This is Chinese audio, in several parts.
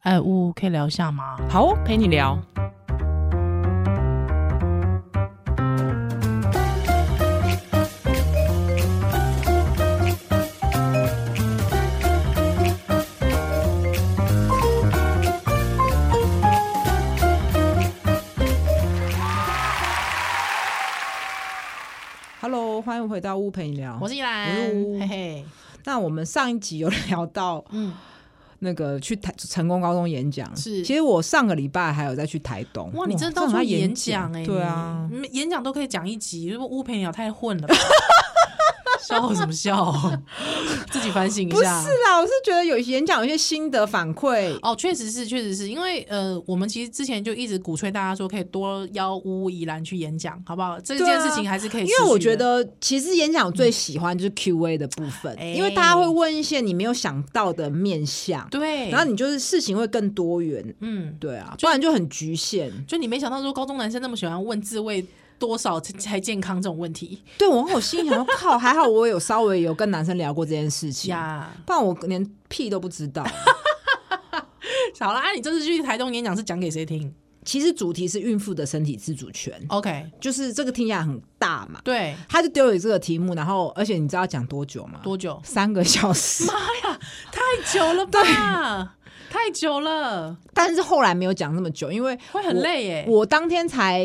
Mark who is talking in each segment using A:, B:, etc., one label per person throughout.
A: 哎，呜，可以聊一下吗？
B: 好哦，陪你聊。Hello，欢迎回到屋陪你聊。
A: 我是依兰
B: 我是，呜
A: 嘿嘿，
B: 那我们上一集有聊到
A: 嗯，
B: 那个去台成功高中演讲，
A: 是
B: 其实我上个礼拜还有再去台东。
A: 哇，你真的
B: 上
A: 到
B: 礼
A: 处
B: 拜
A: 演
B: 演
A: 讲哎、
B: 对啊，
A: 你，演讲都可以讲一集，如果乌陪鸟太混 了吧，笑什么笑？自己反省一
B: 不是
A: 下。
B: 啦，我是觉得有演讲有一些新的反馈，
A: 哦，确实是，确实是因为呃，我们其实之前就一直鼓吹大家说可以多邀乌宜兰去演讲，好不好？这
B: 对
A: 件
B: 啊
A: 事情还是可以
B: 因
A: 持续的，
B: 为我觉得其实演讲我最喜欢就是 Q A 的部分，
A: 哎
B: 因为大家会问一些你没有想到的面向，
A: 对，
B: 然后你就是事情会更多元，
A: 嗯，
B: 对啊，不然就很局限。
A: 就你没想到说高中男生那么喜欢问自慰多少才才健康这种问题
B: 对我好心 想说，靠，还好我有稍微有跟男生聊过这件事情，
A: 呀。
B: 不然我连屁都不知道。
A: 好啦，啊、你这次去台东演讲是讲给谁听
B: 其实主题是孕妇的身体自主权，
A: ？OK，
B: 就是这个听起来很大嘛，
A: 对，
B: 他就丢了这个题目，然后而且你知道讲多久吗？
A: 多久？
B: 三个小时，
A: 太久了吧？ 太久了，
B: 但是后来没有讲那么久，因为
A: 会很累耶。
B: 我当天才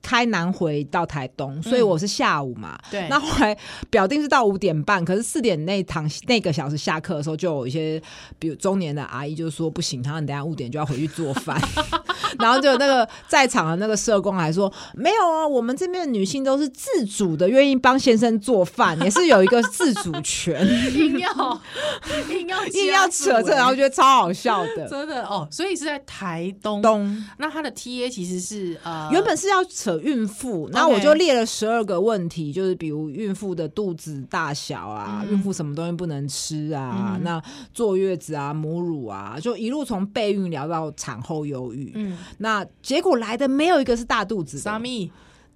B: 开南回到台东，所以我是下午嘛。
A: 对，
B: 那后来表定是到五点半，可是四点那堂那个小时下课的时候，就有一些比如中年的阿姨就说不行，她说你等一下五点就要回去做饭。 然后就那个在场的那个社工还说没有啊，我们这边的女性都是自主的，愿意帮先生做饭，也是有一个自主权。
A: 硬要 硬要
B: 硬要扯这，然后
A: 后
B: 觉得超好笑 的。
A: 真的哦，所以是在台东。
B: 东
A: 那他的 T A 其实是呃，
B: 原本是要扯孕妇，然后我就列了十二个问题，就是比如孕妇的肚子大小啊，
A: 嗯
B: 孕妇什么东西不能吃啊，
A: 嗯
B: 那坐月子啊、母乳啊，就一路从备孕聊到产后忧郁。
A: 嗯，
B: 那结果来的没有一个是大肚子
A: 沙
B: 的，
A: 米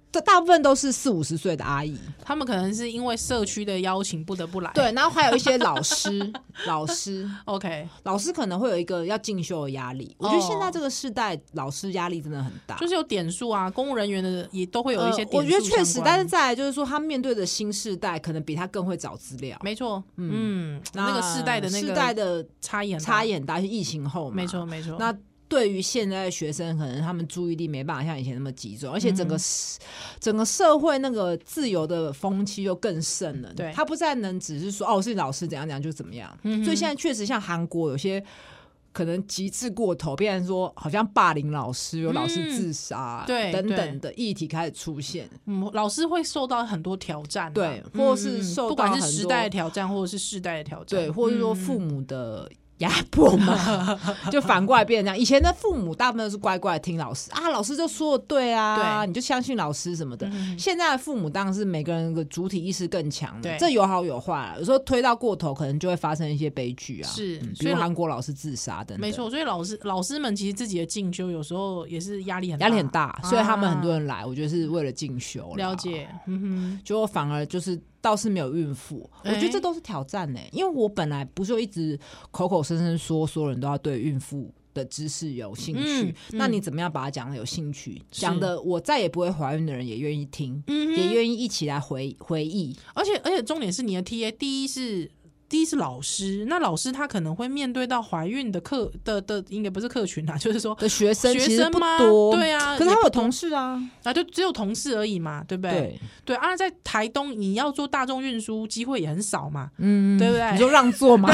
B: 这大部分都是四五十岁的阿姨。
A: 他们可能是因为社区的邀请不得不来。
B: 对，然后还有一些老 师，老师，
A: ，OK，
B: 老师可能会有一个要进修的压力。我觉得现在这个时代，老师压力真的很大。
A: 就是有点数啊，公务人员的也都会有一些点
B: 呃
A: 数
B: 我
A: 相关、
B: 觉得确实，但是再来就是说，他面对的新世代可能比他更会找资料。
A: 没错，嗯，哦那个世代的那
B: 世代
A: 个
B: 的
A: 差异很大
B: 差异很大，是疫情后嘛
A: 没。错没错。
B: 那对于现在的学生，可能他们注意力没办法像以前那么集中，而且整
A: 嗯
B: 个、整个社会那个自由的风气又更盛了。
A: 对
B: 他不再能只是说哦，是老师怎样怎样就怎么样。
A: 嗯哼
B: 所以现在确实像韩国有些。可能极致过头，变成说好像霸凌老师，有老师
A: 嗯
B: 自杀、
A: 对
B: 等
A: 对
B: 等的议题开始出现。
A: 嗯，老师会受到很多挑战啊、
B: 对
A: 嗯
B: 或
A: 嗯
B: 是
A: 嗯
B: 受
A: 不管
B: 到
A: 是
B: 很
A: 时
B: 多
A: 代的挑战，或者是世代的挑战，
B: 对，或者说
A: 嗯
B: 父母的压迫 嘛，就反过来变成这样。以前的父母大部分都是乖乖地听老师啊，老师就说的对啊，
A: 对
B: 你就相信老师什么的。
A: 嗯
B: 现在的父母当然是每个人的主体意识更强
A: 对
B: 了，这有好有坏啊。有时候推到过头，可能就会发生一些悲剧啊，
A: 是
B: 嗯，比
A: 所以
B: 如
A: 老
B: 韩国老师自杀等等，
A: 没，错，所以老师老师们其实自己的进修有时候也是压力很
B: 压力很大，所以他们很多
A: 啊
B: 人来，我觉得是为了进修啦
A: 了。解，嗯
B: 就反而就是倒是没有孕妇，
A: 哎
B: 我觉得这都是挑战呢、因为我本来不是就一直口口声声说所有人都要对孕妇的知识有兴趣，
A: 嗯嗯
B: 那你怎么样把它讲的有兴趣，
A: 是
B: 讲的我再也不会怀孕的人也愿意听，
A: 哼，嗯
B: 也
A: 哼，
B: 愿意一起来回回忆。
A: 而且而且重点是你的 TA，第一是。第一是老师，那老师他可能会面对到怀孕的客的的，应该不是客群啊， 就是说
B: 的学生
A: 学
B: 其实
A: 生
B: 不
A: 吗？
B: 多，
A: 对啊，
B: 可是
A: 也
B: 他有同事啊，
A: 啊，就只有同事而已嘛，对不对？
B: 对，
A: 对啊，在台东你要做大众运输，机会也很少嘛，
B: 嗯，
A: 对不对
B: 你说让座嘛，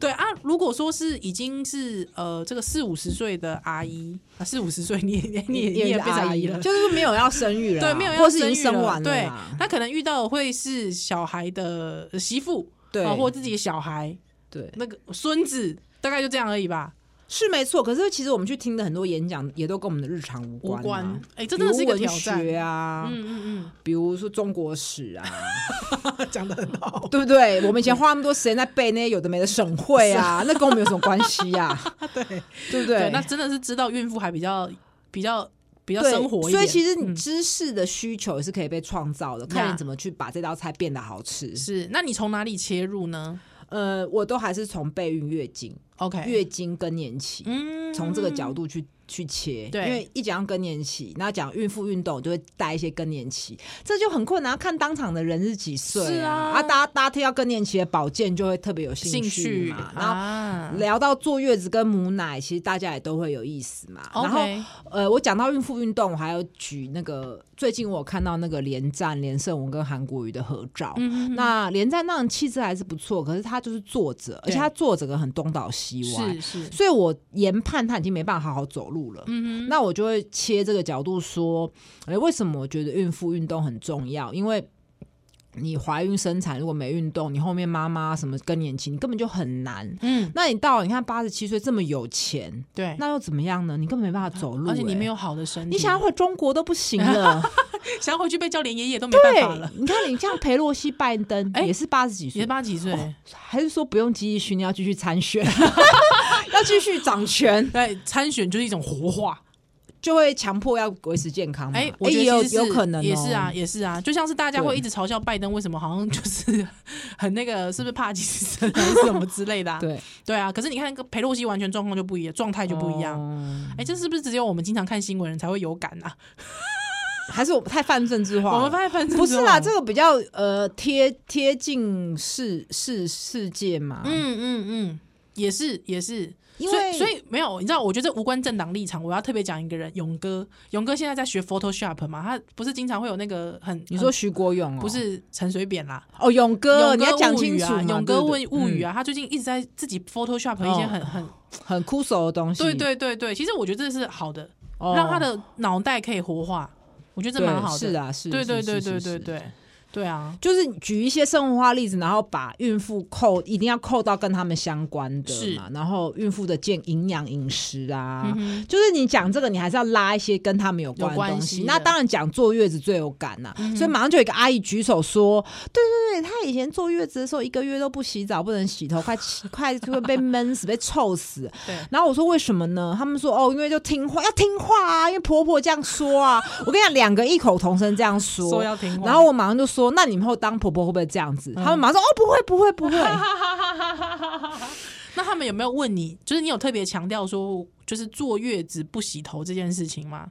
A: 对啊，如果说是已经是呃这个四五十岁的阿姨啊，四五十岁你也 你也你也
B: 是
A: 变成阿姨了，
B: 就是没有要生育了啊，
A: 对，没有
B: 或
A: 要
B: 是已
A: 生
B: 经
A: 育了
B: 生完了啊
A: 对
B: 啦，，
A: 那可能遇到的会是小孩的呃媳妇，
B: 对
A: 啊，或自己的小孩
B: 对。
A: 那个孙子，大概就这样而已吧，
B: 是没错，可是其实我们去听的很多演讲也都跟我们的日常无
A: 无
B: 关、啊，
A: 关，哎、这真的是一个
B: 比如
A: 挑
B: 文
A: 战，
B: 学啊，
A: 嗯嗯
B: 比如说中国史啊，
A: 嗯， 讲的很好，
B: 对不对？我们以前花那么多时间在背那些有的没的省会啊，那跟我们有什么关系呀、啊？对，对不对？
A: 对，那真的是知道孕妇还比较比较比较
B: 对
A: 生活一点，
B: 所以其实你
A: 嗯
B: 知识的需求也是可以被创造的，看
A: 呀
B: 你怎么去把这道菜变得好吃。
A: 是，那你从哪里切入呢？
B: 呃，我都还是从备孕、月经、
A: OK，
B: 月经更年期，
A: 嗯
B: 从这个角度去去切，
A: 对
B: 因为一讲到更年期，那讲孕妇运动就会带一些更年期，这就很困难。看当场的人是几岁、
A: 是啊
B: 啊，大家大家听到更年期的保健就会特别有
A: 兴
B: 趣
A: 趣
B: 嘛，然后。
A: 啊
B: 聊到坐月子跟母奶，其实大家也都会有意思嘛。然后
A: OK，
B: 呃，我讲到孕妇运动，我还有举那个最近我有看到那个连战、连胜文跟韩国瑜的合照。
A: 嗯
B: 那连战那样气质还是不错，可是他就是坐着，而
A: 对
B: 且他坐着个很东倒西歪，
A: 是是，
B: 所以我研判他已经没办法好好走路了。
A: 嗯
B: 那我就会切这个角度说，哎、为什么我觉得孕妇运动很重要？因为你怀孕生产如果没运动，你后面妈妈什么更年期，你根本就很难。
A: 嗯，
B: 那你到了你看八十七岁这么有钱，
A: 对，
B: 那又怎么样呢？你根本没办法 走路、
A: 而且你
B: 哎
A: 没有好的身体，
B: 你想要回中国都不行了。
A: 想要回去被叫连爷爷都没办
B: 对
A: 法了，，
B: 你看你像裴洛西、拜登、
A: 哎
B: 也是八十几
A: 你
B: 岁
A: 是，八十几岁，
B: 还是说不用记忆训练要继续参选， 要继续掌权，
A: 对，参选就是一种活化，
B: 就会强迫要维持健康嘛？
A: 哎，我觉得
B: 嗯也有
A: 其实
B: 有
A: 是
B: 可能、哦，
A: 也是啊，。也是啊，就像是大家
B: 对
A: 会一直嘲笑拜登为什么好像就是 很那个，是不是帕金森 还是什么之类的啊？
B: 对，
A: 对啊，可是你看跟裴洛西完全状况就不一样，状态就不一样。
B: 哦
A: 哎，这是不是只有我们经常看新闻人才会有感啊？
B: 还是我太泛政治化
A: 我
B: 了。
A: 们发现反正
B: 不是啦，
A: 啊，
B: 这个比较呃贴贴近世世世界嘛，
A: 嗯嗯嗯，也是也是，
B: 因
A: 所
B: 为
A: 以所以没有，你知道，我觉得这无关政党立场，我要特别讲一个人，勇哥，勇哥现在在学 Photoshop 嘛，他不是经常会有那个很
B: 你说徐国勇、哦、
A: 很不是陈水扁啦，
B: 哦，勇哥，
A: 勇
B: 你要
A: 哥
B: 讲
A: 物
B: 清
A: 语
B: 楚
A: 啊，
B: 嘛
A: 勇哥
B: 对
A: 问
B: 对对
A: 物语
B: 嗯
A: 啊，他最近一直在自己 Photoshop 一些
B: 哦
A: 很很
B: 很枯手的东西，
A: 对对对对，其实我觉得这是好的，
B: 哦，
A: 让他的脑袋可以活化，我觉得这
B: 对
A: 蛮好的，
B: 是啊，是，
A: 对对
B: 是
A: 对
B: 是
A: 对
B: 是
A: 对
B: 是
A: 对对啊，
B: 就是举一些生活化例子，然后把孕妇扣一定要扣到跟他们相关的嘛，然后孕妇的健营养饮食啊。
A: 嗯哼
B: 就是你讲这个，你还是要拉一些跟他们有关
A: 有
B: 的
A: 关
B: 东
A: 系
B: 西。
A: 的嗯
B: 那当然讲坐月子最有感呐、所以马上就有一个阿姨举手说：“对对对，她以前坐月子的时候，一个月都不洗澡，不能洗头，快气快就会被闷死，被臭死。”
A: 对。
B: 然后我说为什么呢？他们说哦，因为就听话，要听话啊，因为婆婆这样说啊。我跟你讲，两个异口同声这样说，
A: 说要听话，
B: 然后我马上就说：“那你们以后当婆婆会不会这样
A: 嗯
B: 子？”他们马上说：“哦，不会，不会，不会。
A: 那他们有没有问你？就是你有特别强调说，就是坐月子不洗头这件事情吗？”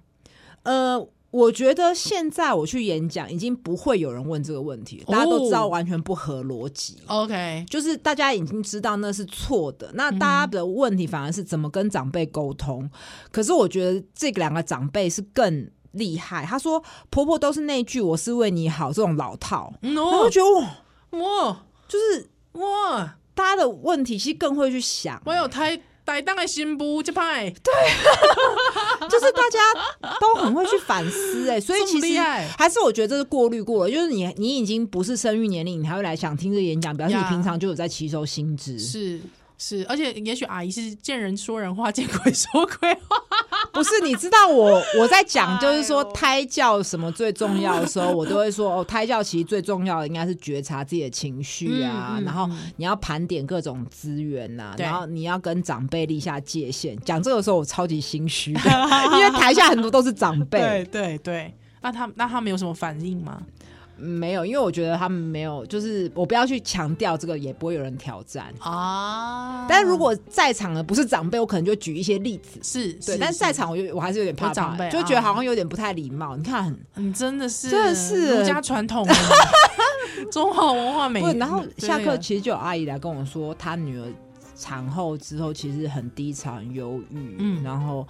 B: 呃，我觉得现在我去演讲，已经不会有人问这个问题了，大家都知道
A: 哦
B: 完全不合逻辑。
A: OK，
B: 就是大家已经知道那是错的，
A: 嗯
B: 那大家的问题反而是怎么跟长辈沟通。可是我觉得这两个长辈是更厉害。他说：“婆婆都是那句‘我是为你好’这种老套。”
A: 嗯
B: 然后我
A: 哦，
B: 就觉得哇，
A: 我
B: 就是
A: 我
B: 大家的问题其实更会去想。
A: 我有台台当的新妇这派，
B: 就是大家都很会去反思哎、所以
A: 这么
B: 其
A: 厉
B: 实
A: 害
B: 还是我觉得这是过滤过了，就是你你已经不是生育年龄，你还会来想听这个演讲，表示你
A: 呀
B: 平常就有在吸收新知，
A: 是是，而且也许阿姨是见人说人话，见鬼说鬼话。
B: 不是？你知道我我 在讲就是说
A: 哎呦
B: 胎教什么最重要的时候，我都会说哦， 胎教其实最重要的应该是觉察自己的情绪啊，
A: 嗯嗯
B: 然后你要盘点各种资源呐、
A: 对
B: 然后你要跟长辈立下界限。讲这个时候我超级心 虚的，因为台下很多都是长辈，
A: 对对，那他那他们有什么反应吗？
B: 没有，因为我觉得他们没有，就是我不要去强调这个，也不会有人挑战。
A: 哦啊
B: 但如果在场的不是长辈，我可能就举一些例子。
A: 是
B: 对，
A: 是
B: 但
A: 是
B: 在场我就我还是有点怕
A: 有长
B: 怕
A: 辈嗯
B: 就觉得好像有点不太礼貌。你看，
A: 你嗯真的是
B: 真的是
A: 儒家传 统啊，中华文化美
B: 不，。然后下
A: 对
B: 课其实就有阿姨来跟我说，她女儿产后之后其实很低潮、很忧郁，
A: 嗯
B: 然后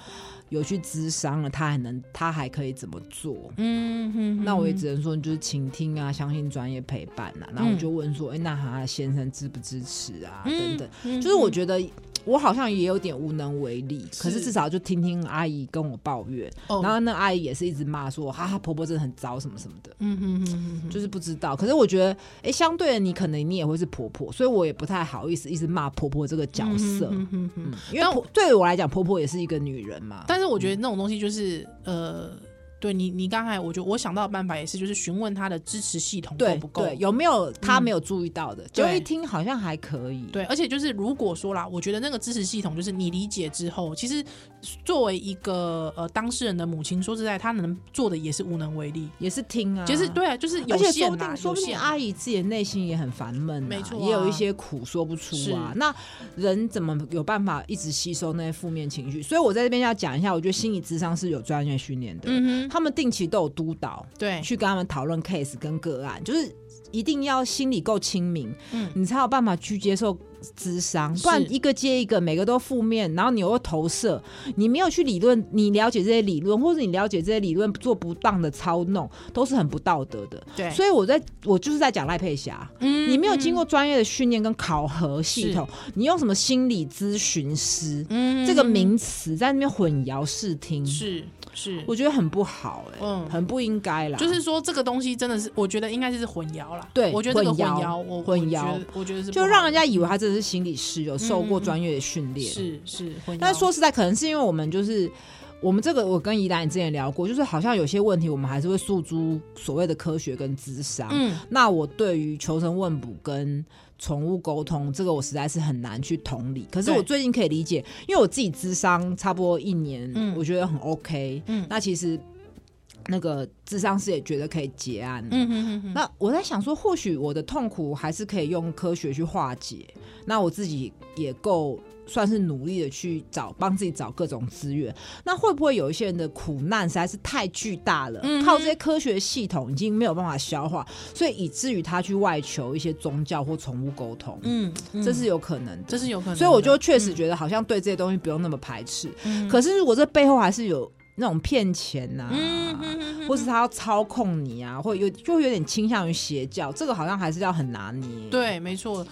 B: 有去咨商了，她还能，她还可以怎么做？
A: 嗯哼，
B: 那我也
A: 哼
B: 只能说，你就是倾听啊，相信专业陪伴呐、啊。然后我就问说，哎、那她的先生支不支持啊？等等，
A: 嗯
B: 就是我觉得我好像也有点无能为力，
A: 是
B: 可是至少就听听阿姨跟我抱怨，
A: 哦
B: 然后那阿姨也是一直骂说，啊，她婆婆真的很糟什么什么的，
A: 嗯哼哼哼，
B: 就是不知道。可是我觉得，哎、相对的你可能你也会是婆婆，所以我也不太好意思一直骂婆婆这个角色，
A: 嗯哼哼哼
B: 嗯因为婆对我来讲，婆婆也是一个女人嘛。
A: 但是我觉得那种东西就是呃，对你，你刚才我觉得我想到的办法也是，就是询问他的支持系统够
B: 对
A: 不够。嗯
B: 对，有没有他没有注意到的？就
A: 对
B: 一听好像还可以，
A: 对，而且就是如果说啦，我觉得那个支持系统就是你理解之后，其实作为一个呃当事人的母亲，说实在，她能做的也是无能为力。
B: 也是听啊。
A: 其实，对啊，就是有
B: 而且说
A: 限
B: 不
A: 啦，
B: 定说
A: 有
B: 不定
A: 限啦
B: 阿姨自己的内心也很烦闷、啊，
A: 没错啊
B: 也有一些苦说不出啊。
A: 是
B: 那人怎么有办法一直吸收那些负面情绪？所以我在这边要讲一下，我觉得心理智商是有专业训练的，
A: 嗯哎哼，
B: 他们定期都有督导，
A: 对，
B: 去跟他们讨论 case 跟个案，就是一定要心理够清明，
A: 嗯
B: 你才有办法去接受智商，
A: 是
B: 不然一个接一个，每个都负面，然后你又投射，你没有去理论，你了解这些理论，或者你了解这些理论做不当的操弄，都是很不道德的。
A: 对，
B: 所以我在我就是在讲赖佩霞，
A: 嗯
B: 你没有经过专业的训练跟考核系
A: 是
B: 统，你用什么心理咨询师、
A: 嗯
B: 这个名词在那边混淆视听，
A: 是是，
B: 我觉得很不好哎、
A: 嗯
B: 很不应该啦。
A: 就是说这个东西真的是，我觉得应该是混淆啦。
B: 对
A: 我觉得这个混
B: 混淆
A: 淆，我
B: 混淆，
A: 我觉得我觉得是
B: 就
A: 不
B: 让
A: 好
B: 人家以为他真的是心理师，有受
A: 嗯
B: 过
A: 嗯嗯
B: 专业的训练。
A: 是是混淆。
B: 但说实在，可能是因为我们就是我们这个，我跟怡兰之前聊过，就是好像有些问题，我们还是会诉诸所谓的科学跟智商。
A: 嗯，
B: 那我对于求神问卜跟宠物沟通，这个我实在是很难去同理。可是
A: 对
B: 我最近可以理解，因为我自己智商差不多一年，
A: 嗯
B: 我觉得很 OK。
A: 嗯
B: 那其实那个智商师也觉得可以结案了。
A: 嗯哼哼哼，
B: 那我在想说，或许我的痛苦还是可以用科学去化解。那我自己也够算是努力的去找，帮自己找各种资源。那会不会有一些人的苦难实在是太巨大了，
A: 嗯哼
B: 靠这些科学系统已经没有办法消化，所以以至于他去外求一些宗教或宠物沟通，
A: 嗯，嗯
B: 这是有可能的。
A: 这是有可能的，
B: 所以我就确实觉得好像对这些东西不用那么排斥。
A: 嗯，
B: 可是如果这背后还是有那种骗钱啊呐、
A: 嗯哼哼哼
B: 或是他要操控你啊，或有就有点倾向于邪教，这个好像还是要很拿捏。，
A: 对，没错，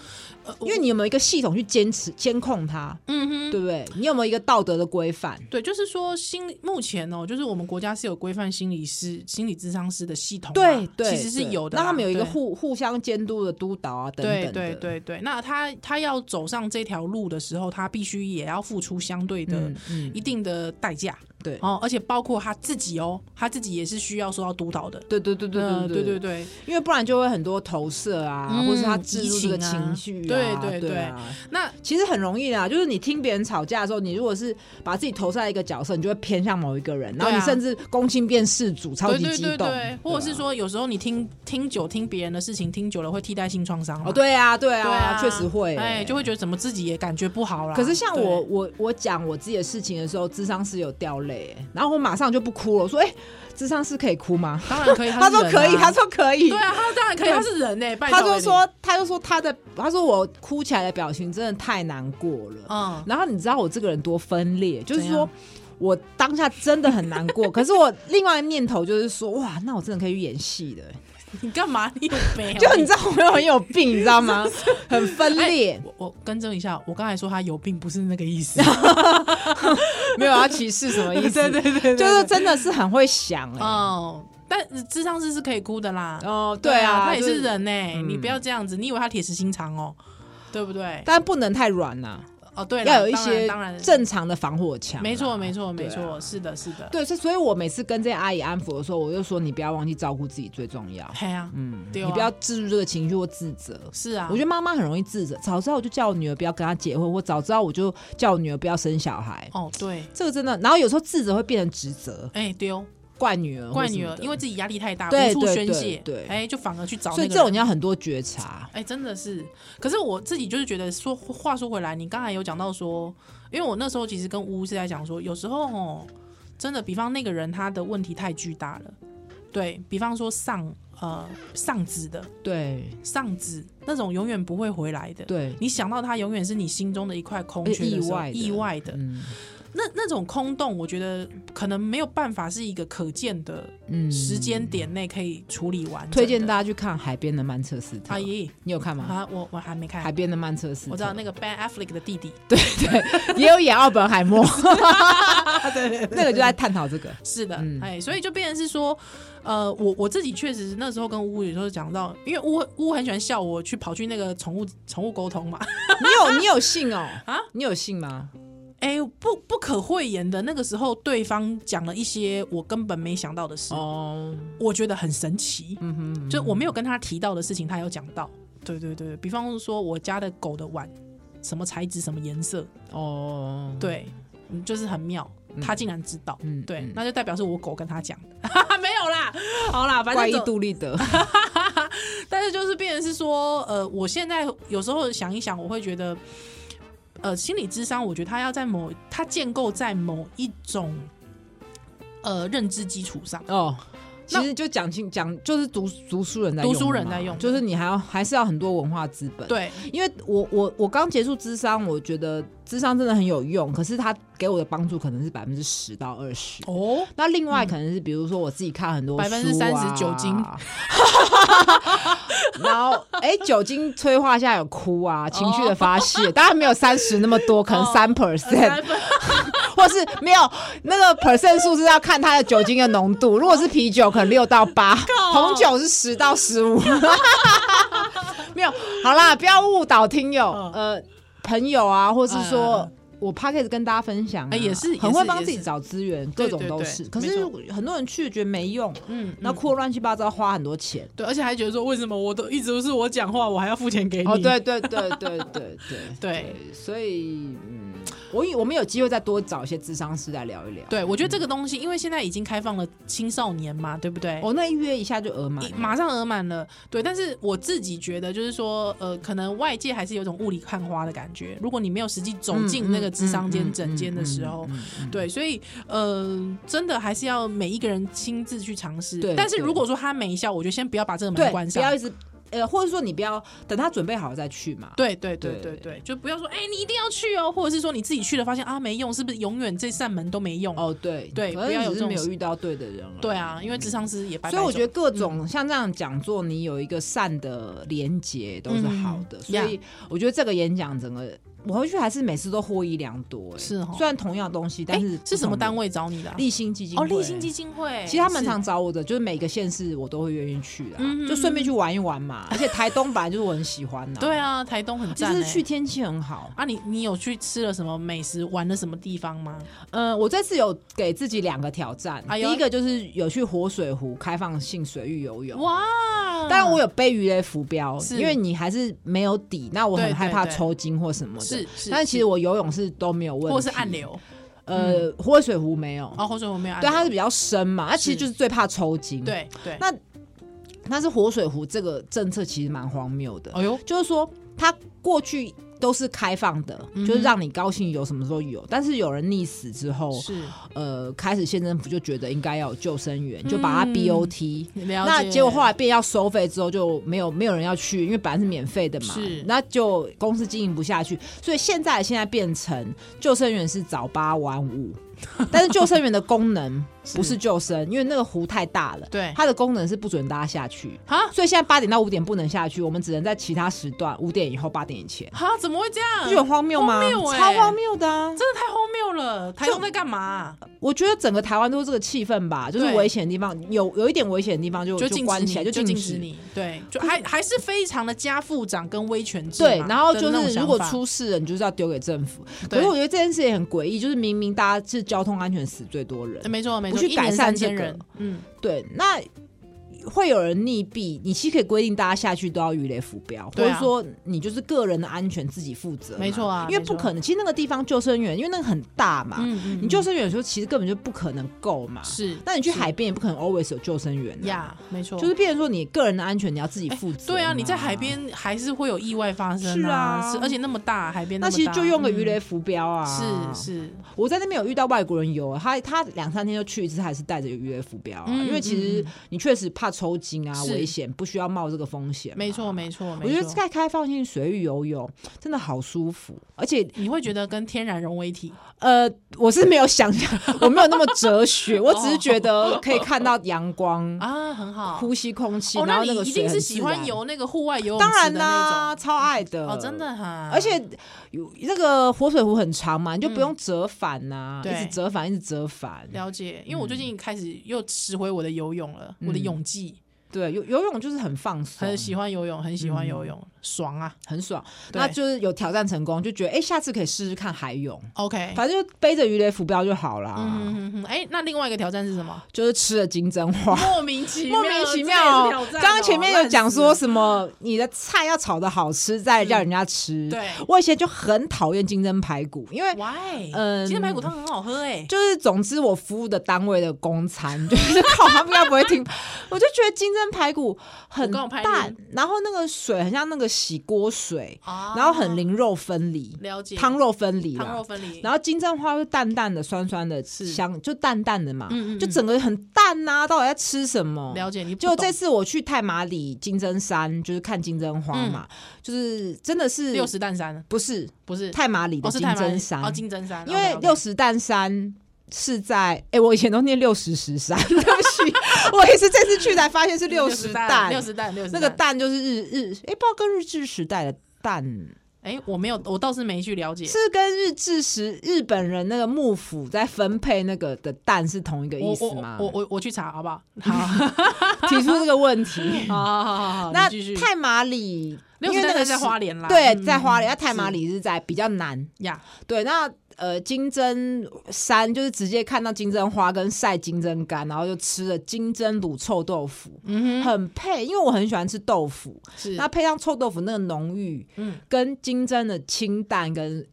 A: 呃
B: 因为你有没有一个系统去坚持监控它，
A: 嗯哼，
B: 对不对？你有没有一个道德的规范？
A: 对，就是说心理目前哦，就是我们国家是有规范心理师、心理咨商师的系统嘛，
B: 对对，
A: 啊其实是
B: 对
A: 有的啦，
B: 那他们有一个
A: 对
B: 互互相监督的督导啊，等等
A: 对
B: 的。
A: 对对对，那他他要走上这条路的时候，他必须也要付出相对的
B: 嗯嗯
A: 一定的代价、
B: 对
A: 哦，而且包括他自己哦，他自己也是需要受到督导的。
B: 对对对对
A: 嗯
B: 对
A: 对
B: 对
A: 对，对，
B: 因为不然就会很多投射啊，
A: 嗯
B: 或是他植入这个
A: 移情啊
B: 情绪啊，
A: 对对
B: 对
A: 对
B: 啊。
A: 那
B: 其实很容易啦，就是你听别人吵架的时候，你如果是把自己投射在一个角色，你就会偏向某一个人，然后
A: 对
B: 你
A: 啊
B: 甚至攻心变事主，超
A: 对
B: 级
A: 对
B: 激
A: 对
B: 动，
A: 对，或者
B: 对啊
A: 是说，有时候你听听久听别人的事情，听久了会替代性创伤嘛
B: 哦，对啊，对
A: 对
B: 啊，
A: 啊
B: 确、实会、
A: 哎，就会觉得怎么自己也感觉不好啦。
B: 可是像
A: 对
B: 我，，我我讲我自己的事情的时候，智商是有掉泪、哎然后我马上就不哭了。我说：“哎、智商是可以哭吗
A: 当然可？”以，
B: 他
A: 是
B: 说：“
A: 人
B: 可以。”
A: 啊
B: 他说：“可以
A: 对。啊，他当然可以，
B: 对
A: 他是人哎，拜
B: 他
A: 托
B: 就
A: 你，
B: 说：“他就说他的，他说我哭起来的表情真的太难过了。
A: 嗯，
B: 然后你知道我这个人多分裂，就是
A: 怎
B: 说
A: 样
B: 我当下真的很难过，可是我另外一个念头就是说，哇，那我真的可以去演戏的，
A: 你干嘛？你有没有？
B: 就你知道我很有病，你知 道吗？很分裂，
A: 我我更正一下，我刚才说他有病不是那个意 思，
B: 没有要歧视什么意思？
A: 对对对对
B: 就是真的是很会想哎、
A: 哦，但智商是是可以哭的啦。
B: 哦，
A: 对啊，他也
B: 就是
A: 是人呢、
B: 嗯
A: 你不要这样子，你以为他铁石心肠哦，对不对？
B: 但不能太软呐、
A: 哦，对啦，
B: 要有一
A: 当然
B: 些
A: 当然，
B: 正常的防火墙。
A: 没错，没错，
B: 对
A: 没
B: 啊
A: 错，是的，是的，
B: 对，所以所以我每次跟这些阿姨安抚的时候，我就说你不要忘记照顾自己最重要，
A: 嘿啊，
B: 嗯，
A: 对啊
B: 你不要置入这个情绪或自责。
A: 是啊，
B: 我觉得妈妈很容易自责，早知道我就叫我女儿不要跟她结婚，或早知道我就叫我女儿不要生小孩。
A: 哦，对，
B: 这个真的，然后有时候自责会变成指责，
A: 哎、丢
B: 怪女儿，
A: 怪女儿，因为。自己压力太大，
B: 对
A: 无处
B: 对
A: 宣
B: 对
A: 泄，
B: 对
A: 哎、就反而去找那
B: 所
A: 个
B: 以
A: 人。
B: 这种你要很多觉察，
A: 哎、真的是。可是我自己就是觉得说，话说回来，你刚才有讲到说，因为我那时候其实跟呜呜是在讲说，有时候哦，真的，比方那个人他的问题太巨大了，对比方说丧呃丧子的
B: 对
A: 丧子那种永远不会回来的，
B: 对，
A: 你想到他永远是你心中的一块空
B: 而
A: 缺
B: 且
A: 的
B: 意
A: 时候
B: 外的
A: 意外的
B: 嗯
A: 那那种空洞，我觉得可能没有办法是一个可见的
B: 嗯
A: 时间点内可以处理完整的。
B: 推荐大嗯家去看《海边的曼彻斯特
A: 阿》，姨
B: 你有看吗？
A: 啊，我我还没看
B: 海，边的曼彻斯特，
A: 啊我知道那个 Ben Affleck 的弟弟。
B: 也有演奥本海 默， 那个就在探讨这个。
A: 是的，
B: 嗯
A: 哎，所以就变成是说，呃，我我自己确实那时候跟乌有时候讲到，因为乌乌很喜欢笑我去跑去那个宠物宠物沟通嘛，
B: 你有你有信哦？
A: 啊
B: 你有信吗？
A: 哎，不不不可讳言的，那个时候对方讲了一些我根本没想到的事，
B: 哦，
A: 我觉得很神奇。
B: 嗯哼，
A: 就我没有跟他提到的事情，他有讲到。对对对，比方说我家的狗的碗，什么材质、什么颜色，
B: 哦，，
A: 对，嗯就是很妙，他竟然知道。
B: 嗯
A: 对，
B: 嗯
A: 那就代表是我狗跟他讲，没有啦，好啦，反
B: 怪
A: 正
B: 异
A: 总
B: 杜立 德，
A: 但是就是变成是说，呃，我现在有时候想一想，我会觉得，呃，心理智商，我觉得它要在某，它建构在某一种呃认知基础上。
B: 哦，其
A: 那
B: 实就讲清讲，就是读读书人在用
A: 读书人
B: 的嘛
A: 在用的
B: 就是你还要还是要很多文化资本。，
A: 对，
B: 因为我我我刚结束智商，我觉得智商真的很有用，可是他给我的帮助可能是百分之十到二十。
A: 哦，
B: 那另外可能是，比如说我自己看很多、啊，
A: 39%酒精，
B: 然后哎、酒精催化下有哭啊，情绪的发泄，当然没有三十那么多，可能
A: 哦
B: 三 percent，、或是没有那个 percent 数是要看它的酒精的浓度，如果是啤酒可能六到八，红酒是十到十五。 没有，好啦，不要误导听友，呃，朋友啊，或
A: 嗯
B: 是
A: 嗯嗯
B: 说
A: 嗯。
B: 我 p a c k e 跟大家分享、啊
A: 哎也是也
B: 很会
A: 是
B: 帮
A: 也
B: 自己
A: 是
B: 找资源，各
A: 对
B: 种
A: 对
B: 都
A: 对
B: 是。可
A: 没
B: 是
A: 错
B: 如果很多人去觉得没用，
A: 嗯，
B: 那
A: 那
B: 哭得乱七八糟，花很多钱。
A: 对，而且还觉得说，为什么我都一直是我讲话，我还要付钱给你？
B: 哦，对对 对对对对
A: 对，
B: 所以嗯，我以我们有机会再多找一些智商师来聊一聊。，
A: 对，我觉得这个东西，因为现在已经开放了青少年嘛，对不对？
B: 哦，那一约一下就额满
A: 一
B: 了，
A: 马上额满了，对，但是我自己觉得，就是说，呃，可能外界还是有种雾里看花的感觉。如果你没有实际走进那个智商
B: 嗯
A: 间、诊间的时候，对，所以，呃，真的还是要每一个人亲自去尝试
B: 对。
A: 但是
B: 对
A: 如果说他没效，我觉得先不要把这个门
B: 对，
A: 关
B: 不
A: 上
B: 要。一直呃，或者说你不要等他准备好了再去嘛。
A: 对对对
B: 对
A: 对对，就不要说，哎、你一定要去哦，或者是说你自己去了发现啊没用，是不是永远这扇门都没用？
B: 哦，对
A: 对
B: 可
A: 不要
B: 能
A: 有
B: 只是
A: 这种
B: 没有
A: 事
B: 遇到对的人了。
A: 对嗯啊，因为智商师也白白
B: 所以我
A: 走
B: 觉得各种像这样讲座，你有一个善的连结都是好的，
A: 嗯
B: 所以我觉得这个演讲整个我回去还是每次都获益良多、欸。
A: 是哦
B: 虽然同样东西，但
A: 哎
B: 是
A: 是什么单
B: 位？
A: 位找你的啊、
B: 立新基金
A: 哦，
B: 会
A: 立新基。金会，
B: 其实他们
A: 是
B: 常找我的，就是每个县市我都会愿意去的、
A: 嗯嗯
B: 就顺便去玩一玩嘛。而且台东本来就是我很喜欢的、
A: 对，啊，台东很
B: 就
A: 赞、欸。
B: 是去天气很好。
A: 啊你，你有去吃了什么美食，玩了什么地方吗？
B: 嗯，我这次有给自己两个挑战，
A: 哎呦
B: 第一个就是有去活水湖开放性水域游泳，
A: 哇！
B: 当然我有背鱼雷浮标，
A: 是
B: 因为你还是没有底，那我很
A: 对
B: 害怕
A: 对对
B: 抽筋或什么的。
A: 是是
B: 但其实我游泳是都没有问题，
A: 或是暗。流
B: 呃，活水湖没有，
A: 啊，或者我没有暗
B: 对，
A: 流，
B: 它是比较深嘛，它其实
A: 是
B: 就是最怕抽筋。，
A: 对对。
B: 那但是活水湖这个政策其实蛮荒谬的，
A: 哎呦，
B: 就是说它过去都是开放的，
A: 嗯哼
B: 就是让你高兴游什么时候游，但是有人溺死之后，
A: 是
B: 呃，开始县政府就觉得应该要有救生员，就把它
A: 嗯
B: BOT。
A: 了解。
B: 那结果后来变要收费之后，就没有没有人要去，因为本来是免费的嘛
A: 是，
B: 那就公司经营不下去，所以现在现在变成救生员是早八 晚五，但是救生员的功能不是救生，因为那个湖太大了，
A: 对
B: 它的功能是不准大家下去。
A: 啊
B: 所以现在八点到五点不能下去，我们只能在其他时段五点以后八点以前，
A: 哈，怎么会这样
B: 不？觉得很荒谬吗？
A: 嗯荒谬欸
B: 超荒谬的啊！
A: 真的太荒谬了！台东在干嘛啊、
B: 我觉得整个台湾都是这个气氛吧，就是
A: 对
B: 危险的地方有有一点危险的地方就
A: 就禁止
B: 关
A: 你，
B: 起来，就
A: 禁
B: 禁
A: 止
B: 止。
A: 你。对，就还还是非常的家父长跟威权制嘛。
B: 对，然后就
A: 的那种
B: 是如果
A: 想法
B: 出事了，你就是要丢给政府。可
A: 对
B: 是我觉得这件事也很诡异，就是明明大家是交通安全死最多人，
A: 呃没错没
B: 不
A: 错，
B: 去
A: 一
B: 改
A: 年
B: 善
A: 三
B: 这
A: 千
B: 个
A: 人，嗯，
B: 对，那会有人溺毙，你其实可以规定大家下去都要鱼雷浮标，或
A: 对
B: 者
A: 啊
B: 说你就是个人的安全自己负责嘛，
A: 没错啊
B: 因
A: 没
B: 为不
A: 错
B: 可能，其实那个地方救生员，因为那个很大嘛，
A: 嗯嗯
B: 啊你救生员有时候其实根本就不可能够嘛，
A: 是
B: 那你去
A: 是
B: 海边也不可能 always 有救生员啊、
A: 呀，没错，
B: 就是变成说你个人的安全你要自己负责、
A: 嗯对啊，你在海。边还是会有意外发生、
B: 是啊
A: 啊，而且那么大海边
B: 那
A: 么大
B: 其实就用个鱼、雷
A: 嗯
B: 浮标啊！
A: 是是，
B: 我在那边有遇到外国人游，他他两三天就去一次，还是带着鱼雷浮标啊。
A: 嗯
B: 因为其实你确实怕抽筋啊，
A: 是
B: 危险，不需要冒这个风险。
A: 没，错没错
B: 我
A: 没
B: 觉得
A: 错。
B: 在开放性水域游泳真的好舒服，而且
A: 你会觉得跟天然融为一体，
B: 呃，我是没有想象，我没有那么哲学，我只是觉得可以看到阳光，
A: 啊，很好。
B: 嗯呼吸空气，
A: 哦，
B: 然
A: 那
B: 后那
A: 你
B: 个
A: 一
B: 水
A: 定
B: 很
A: 是喜
B: 自
A: 欢
B: 然，
A: 游那个户外游泳
B: 当
A: 池
B: 然
A: 的
B: 啦，
A: 那
B: 超爱的
A: 种哦，真的哈。
B: 而且有那个活水湖很长嘛，你就不用折返呐、
A: 对
B: 一直折返，一直折返。
A: 了解，因为我
B: 嗯
A: 最近开始又拾回我的游泳了，我的泳技，
B: 对，游游泳就是很放松，嗯
A: 很喜欢游泳，很喜欢游泳，爽啊
B: 很爽。
A: 对
B: 那就是有挑战成功，就觉得哎、诶下次可以试试看海泳，
A: ！OK，
B: 反正就背着鱼雷浮标就好啦。
A: 哎嗯哼哼，哎，那另外一个挑战是什么？
B: 就是吃了金针花，
A: 莫名其
B: 莫名其妙哦、刚刚前面有讲说什么，你的菜要炒的好吃，再
A: 是
B: 让人家吃。
A: 对
B: 我以前就很讨厌金针排骨，因为
A: why？
B: 嗯
A: 其实排骨汤很好喝哎，
B: 就是总之我服务的单位的公餐， 就是靠他们应该不会听。我就觉得金针排骨很
A: 我跟我拍
B: 淡
A: 脸，
B: 然后那个水很像那个洗锅水，
A: 啊
B: 然后很零肉分离，
A: 了解
B: 汤肉分离
A: 汤
B: 啦
A: 肉。分离，
B: 然后金针花又淡淡的、酸酸的
A: 是
B: 香，就淡淡的嘛，
A: 嗯嗯嗯
B: 就整个很淡呐、到底在吃什么？
A: 了解你不
B: 就
A: 懂
B: 这次我去太马里金针山，就是看金针花嘛，就是真的是
A: 嗯六十担山
B: 不是
A: 不是
B: 太马里的
A: 哦是
B: 金
A: 太麻
B: 针山，
A: 哦金针山，
B: 因为
A: OK，OK
B: 六十担山是在哎、我以前都念六十石山， 对不起，我也是这次去才发现是六十担，
A: 六十担六十
B: 那个担就是日日哎、不知道跟日治时代的担
A: 哎，我没有，我倒是没去了解，
B: 是跟日治时日本人那个幕府在分配那个的担是同一个
A: 我
B: 意思
A: 我
B: 吗？
A: 我我我去查好不好？好，。
B: 提出这个问题
A: 好好好好，
B: 那
A: 你继续。
B: 太马里，因
A: 六
B: 为
A: 十
B: 那
A: 担
B: 个
A: 在
B: 是
A: 花莲啦，
B: 对，
A: 嗯
B: 在花
A: 嗯
B: 莲，那太马
A: 是
B: 里是在比较南。
A: 呀，
B: 对，那呃，金针山就是直接看到金针花跟晒金针干，然后就吃了金针卤臭豆腐，
A: 嗯哼，
B: 很配，因为我很喜欢吃豆腐，
A: 是
B: 那配上臭豆腐那个浓郁，
A: 嗯
B: 跟金针的清淡跟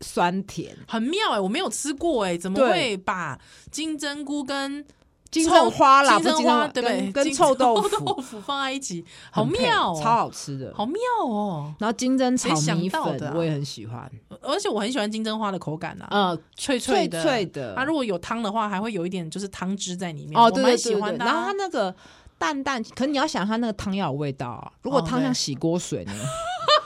B: 酸甜，
A: 很妙哎、我没有吃过哎、怎么
B: 对
A: 会把金针菇跟
B: 金针花啦，
A: 金
B: 不是
A: 针
B: 金
A: 花
B: 针
A: 对不对？
B: 跟跟
A: 金
B: 臭豆
A: 豆
B: 腐
A: 放在一起， 好
B: 很配
A: 妙、哦，
B: 超好吃的。
A: 好妙哦！
B: 然后金针炒
A: 谁想
B: 米
A: 到的啊
B: 粉我也很喜欢，
A: 而且我很喜欢金针花的口感啊，
B: 呃，
A: 脆
B: 脆
A: 的。
B: 脆的
A: 它、，如果有汤的话，还会有一点就是汤汁在里面。
B: 哦，
A: 我
B: 对
A: 蛮
B: 对
A: 喜
B: 对
A: 欢
B: 对，
A: 的
B: 然后
A: 啊、
B: 它那个淡淡，可你要想它那个汤要有味道啊，如果
A: 哦
B: 汤像
A: 对
B: 洗锅水 呢，哦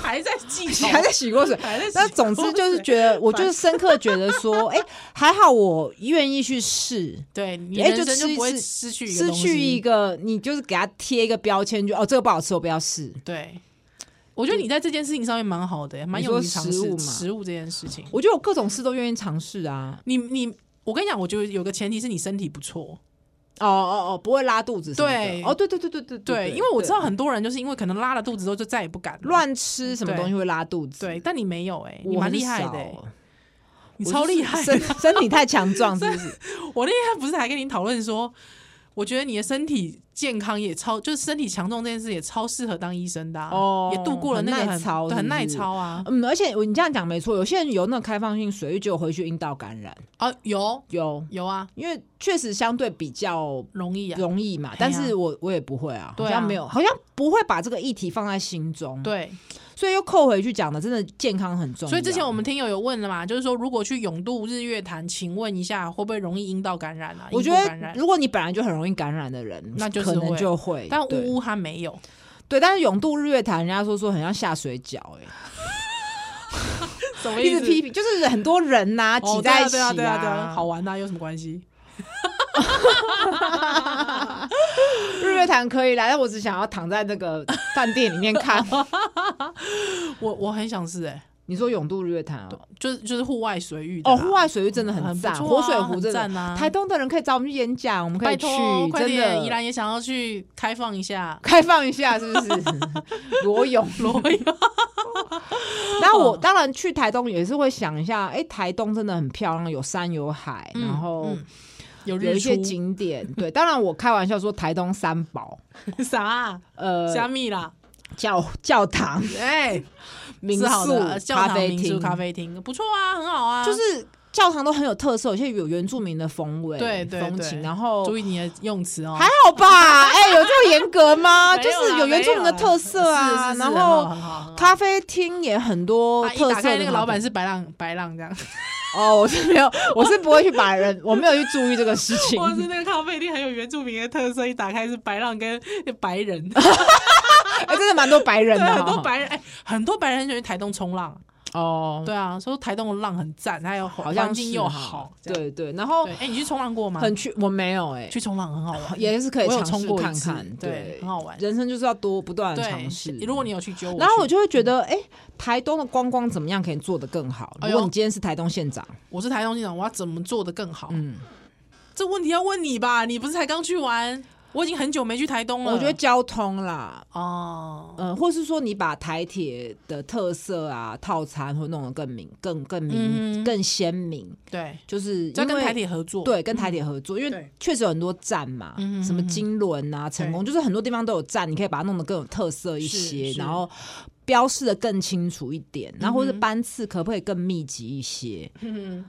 A: 还在记仇，
B: 还在洗锅水。
A: 还在洗
B: 那总之就是觉得，我就是深刻觉得说，哎、还好我愿意去试，
A: 对你
B: 哎
A: 人
B: 就
A: 生
B: 吃一
A: 不会
B: 次
A: 失去一个
B: 失
A: 东西
B: 去一个，你就是给它贴一个标签，就哦这个不好吃，我不要试。
A: 对。我觉得你在这件事情上面蛮好的、蛮
B: 你
A: 勇于
B: 说
A: 尝
B: 食
A: 试
B: 物嘛
A: 食物这件事情。
B: 我觉得我各种事都愿意尝试啊。
A: 你你，我跟你讲，我觉得有个前提是你身体不错，
B: 哦哦哦，不会拉肚子什么的。
A: 对
B: 哦对对对对对
A: 对，因为我知道很多人就是因为可能拉了肚子之后就再也不敢了
B: 乱吃什么东西会拉肚子。
A: 对，但你没有哎、
B: 我
A: 你蛮
B: 很
A: 厉害
B: 少
A: 的、欸，
B: 哦
A: 你超厉害
B: 我
A: 的
B: 就是身身体太强壮，是不是？
A: 我那天不是还跟你讨论说，我觉得你的身体健康也超，就是身体强壮这件事也超适合当医生的、啊、
B: 哦
A: 也度过了那个
B: 很耐
A: 很
B: 操
A: 对
B: 是
A: 很
B: 不
A: 耐
B: 是
A: 操啊
B: 嗯，而且我你这样讲没错，有些人有那种开放性水域，结果回去阴道感染，
A: 啊，有
B: 有，
A: 有啊，
B: 因为确实相对比较
A: 容易啊，
B: 容易嘛。但是我我也不会啊，
A: 对
B: 好
A: 啊
B: 像没有，好像不会把这个议题放在心中。，
A: 对，
B: 所以又扣回去讲的，真的健康很重要。
A: 所以之前我们听友有问了嘛，就是说如果去永渡日月潭，请问一下会不会容易阴道感染啊？
B: 我
A: 阴
B: 觉
A: 部感
B: 得，嗯
A: 染。
B: 如果你本来就很容易感染的人，
A: 那就是
B: 可能就会。
A: 但
B: 对
A: 呜呜他没 有，
B: 对，但是永渡日月潭，人家说说很像下水饺，哎，
A: 什么
B: 一直批评，就是很多人呐挤
A: 哦
B: 在一起
A: 对啊，对啊，对啊，对啊好玩呐、有什么关 系？
B: 日月潭可以啦，但我只想要躺在那个饭店里面看。
A: 我我很想是哎、
B: 你说永渡日月潭哦，
A: 就是就是户外水域的
B: 哦，
A: 啦
B: 户外水域真的
A: 啊很不
B: 赞，
A: 错啊
B: 活水湖
A: 很
B: 真的。
A: 赞啊
B: 台东的人可以找我们去演讲，我们可
A: 拜
B: 以去
A: 托，，快
B: 真
A: 点！宜
B: 的
A: 兰也想要去开放一 下
B: 开放一下，是 不是？裸泳。
A: 裸泳，
B: 那我
A: 嗯
B: 当然去台东也是会想一下，哎，台东真的很漂亮，有山有海，
A: 嗯
B: 然后
A: 嗯有
B: 有
A: 日
B: 一
A: 出
B: 些景点。对，当然我开玩笑说台东三宝，
A: 啥啊
B: 呃，
A: 虾米啦？
B: 教教堂、
A: 哎，
B: 民
A: 是好
B: 宿
A: 的，、呃教
B: 咖
A: 堂
B: 啡
A: 民宿
B: 厅，
A: 咖啡厅不错啊，很好啊，
B: 就是教堂都很有特色，有些有原住民的风味、
A: 对对
B: 风
A: 对
B: 情，然后
A: 哦注意你的用词哦
B: 还。好吧？哎、有这么严格 吗？
A: 没
B: 就
A: 有啦
B: 是有原住民的特色
A: 没有啦是
B: 啊，
A: 是是
B: 然
A: 很好很
B: 后
A: 好很好
B: 咖啡厅也很多
A: 啊一
B: 特
A: 打
B: 色
A: 开
B: 的。
A: 那个老板是白浪白浪 这样，
B: 哦，我是没有，我是不会去把人， 我没有去注意这个事 情。
A: 或者是那个咖啡厅很有原住民的特色，一打开是白浪跟白 人，
B: 哎、真的蛮多白人
A: 对，
B: 的、
A: 很多
B: 哦，
A: 白人，哎，很多白人很喜欢去台东冲浪，
B: 哦，
A: 对啊，说台东的浪很赞，还有
B: 好
A: 好
B: 像
A: 环境
B: 是
A: 又
B: 哈
A: 好，这样
B: 对对，然后
A: 对，哎，你去冲浪过吗？
B: 很去，我没有哎、
A: 去冲浪很好 玩，
B: 也是可以
A: 我有
B: 尝
A: 冲
B: 试
A: 过一
B: 看
A: 次
B: 看，
A: 对很好玩
B: 人生就是要多不断的
A: 对
B: 尝试。，
A: 如果你有去揪我去，嗯
B: 然后我就会觉得，哎、台东的观光怎么样可以做得更好？
A: 哎
B: 如
A: 呦
B: 果你今天是台东县长，
A: 我是台东县长，我要怎么做的更好？
B: 嗯，
A: 这问题要问你吧，你不是才刚去完？我已经很久没去台东了。
B: 我觉得交通啦，
A: 哦，
B: 呃，或是说你把台铁的特色啊套餐会弄得更明、更更明、
A: 嗯
B: 更鲜明，
A: 对，
B: 就是
A: 就要
B: 因
A: 跟台
B: 为
A: 铁合作。嗯
B: 对跟台铁合作，因为
A: 对
B: 确实有很多站嘛，
A: 嗯嗯嗯
B: 什么金轮啊、成功，就是很多地方都有站，你可以把它弄得更有特色一些
A: 是，是
B: 然后。标示的更清楚一点，然后或者
A: 嗯哼
B: 班次可不可以更密集一些？
A: 嗯，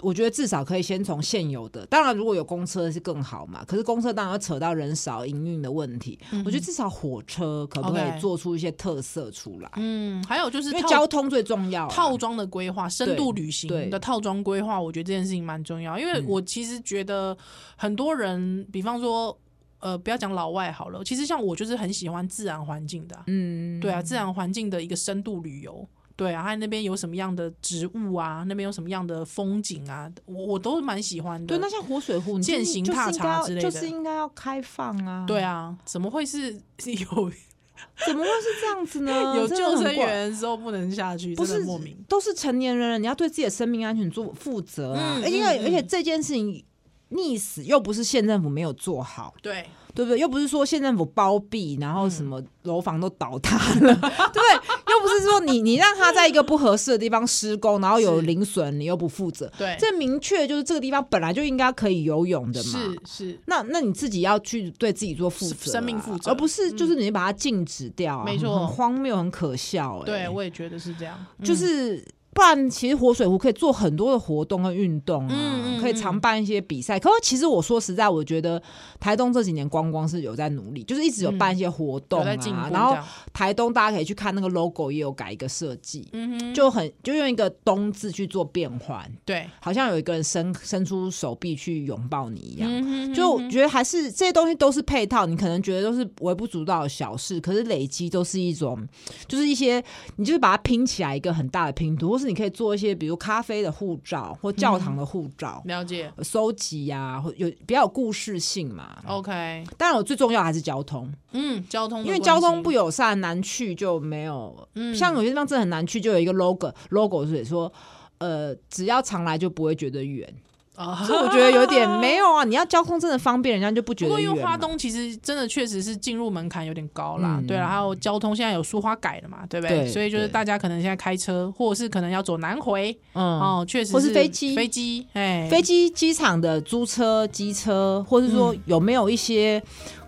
B: 我觉得至少可以先从现有的，当然如果有公车是更好嘛。可是公车当然要扯到人少营运的问题，我觉得至少火车可不可以
A: 嗯 OK
B: 做出一些特色出来？
A: 嗯，还有就是
B: 因为
A: 套
B: 交通最重要啊、
A: 套装的规划，深度旅行
B: 对
A: 的套装规划，我觉得这件事情蛮重要。因为我其实觉得很多人，比方说，呃，不要讲老外好了，其实像我就是很喜欢自然环境的啊、
B: 嗯，
A: 对啊，自然环境的一个深度旅游。对啊，还有那边有什么样的植物啊，那边有什么样的风景啊，我我都蛮喜欢的。
B: 对。啊那像活水湖，你就
A: 践
B: 是
A: 行踏查之类的
B: 就是应该要开放啊。
A: 对，啊，怎么会是 有
B: 怎么会是这样子呢？
A: 有
B: 啊真的
A: 救
B: 很
A: 生
B: 怪，
A: 员之后不能下去？
B: 不
A: 真的
B: 是
A: 莫名。
B: 都是成年人了，你要对自己的生命安全做负责啊！
A: 嗯
B: 而且、
A: 嗯嗯
B: 而且这件事情溺死又不是县政府没有做好，
A: 对，
B: 对不对？又不是说县政府包庇，然后什
A: 嗯
B: 么楼房都倒塌了，对 不对？又不是说你你让他在一个不合适的地方施工，然后有
A: 是
B: 零损，你又不负责。
A: 对
B: 这明确就是这个地方本来就应该可以游泳的嘛。
A: 是是，
B: 那那你自己要去对自己做负责啊、
A: 生命负责嗯
B: 而不是就是你把它禁止掉、啊
A: 没
B: 很
A: 错
B: 很荒谬，很可笑、欸。
A: 对，我也觉得是这样。嗯
B: 就是不然，其实活水湖可以做很多的活动和运动啊，
A: 嗯嗯
B: 可以常办一些比赛。可是其实我说实在，我觉得台东这几年观光是有在努力，就是一直有办一些活
A: 嗯
B: 动
A: 有在
B: 啊。
A: 进步这
B: 然后
A: 样，
B: 台东大家可以去看那个 logo，也有改一个设计，
A: 嗯哼，
B: 就很就用一个“东”字去做变换，
A: 对，
B: 好像有一个人伸伸出手臂去拥抱你一样。
A: 嗯哼
B: 就
A: 嗯
B: 我
A: 哼
B: 觉得还是这些东西都是配套，你可能觉得都是微不足道的小事，可是累积都是一种，就是一些你就是把它拼起来一个很大的拼图，或是你可以做一些比如咖啡的护照或教
A: 嗯
B: 堂的护照。
A: 了解。
B: 收集呀、或有比较有故事性嘛。
A: OK，
B: 当然，我最重要还是交通，
A: 嗯，交通的
B: 因为
A: 关
B: 交通
A: 系
B: 不，友善难去就没有。
A: 嗯
B: 像有些地方真的很难去，就有一个 logo logo 是说，呃，只要常来就不会觉得远。
A: 啊
B: 所以我觉得有点没有啊，你要交通真的方便，人家就不觉
A: 不
B: 得
A: 过因
B: 远
A: 为
B: 嘛。
A: 花东其实真的确实是进入门槛有点高啦，
B: 嗯
A: 对啊啦，还有交通现在有苏花改了嘛，对不
B: 对
A: 所以就是
B: 对
A: 大家可能现在开车，或者是可能要走南回、
B: 嗯，
A: 哦，确实
B: 或是
A: 是
B: 飞机
A: 飞机，哎，
B: 飞机机场的租车、机车，或是
A: 嗯
B: 说有没有一些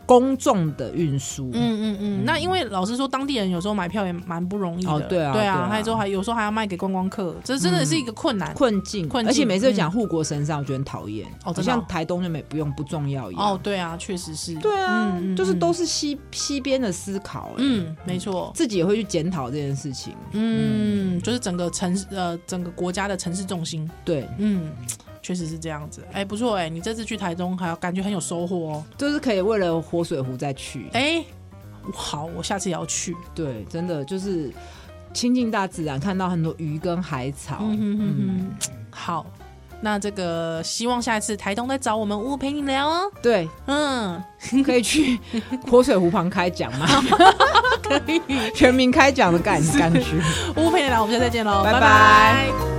B: 公众的运输？
A: 嗯嗯嗯，那因为老实说，当地人有时候买票也蛮不容易的，
B: 哦对啊
A: 对
B: 对啊嗯
A: 啊，还有时候还有时候还要卖给观光客，这真的是一个困难。
B: 困境，
A: 困境嗯
B: 而且每次都讲护国神山，我觉得很讨厌。
A: 哦真的哦
B: 好像台东就没不用不重要一样。
A: 哦，，对啊，确实是，
B: 对啊，
A: 嗯嗯
B: 就是都是西西边的思考、欸
A: 嗯，没错，
B: 自己也会去检讨这件事情。
A: 嗯，就是整个城市呃整个国家的城市重心，
B: 对，
A: 嗯，确实是这样子。哎，不错哎，你这次去台中还有感觉很有收获哦。
B: 就是可以为了活水湖再去。
A: 哎，好，我下次也要去。
B: 对，真的就是亲近大自然，看到很多鱼跟海草。
A: 嗯哼哼哼，好，那这个希望下一次台东再找我们屋陪你聊哦。
B: 对，
A: 嗯，
B: 可 以去活水湖旁开讲吗？
A: 可以，
B: 全民开讲的感感觉。
A: 屋陪你聊，我们下次再见喽，
B: 拜
A: 拜
B: 拜
A: 拜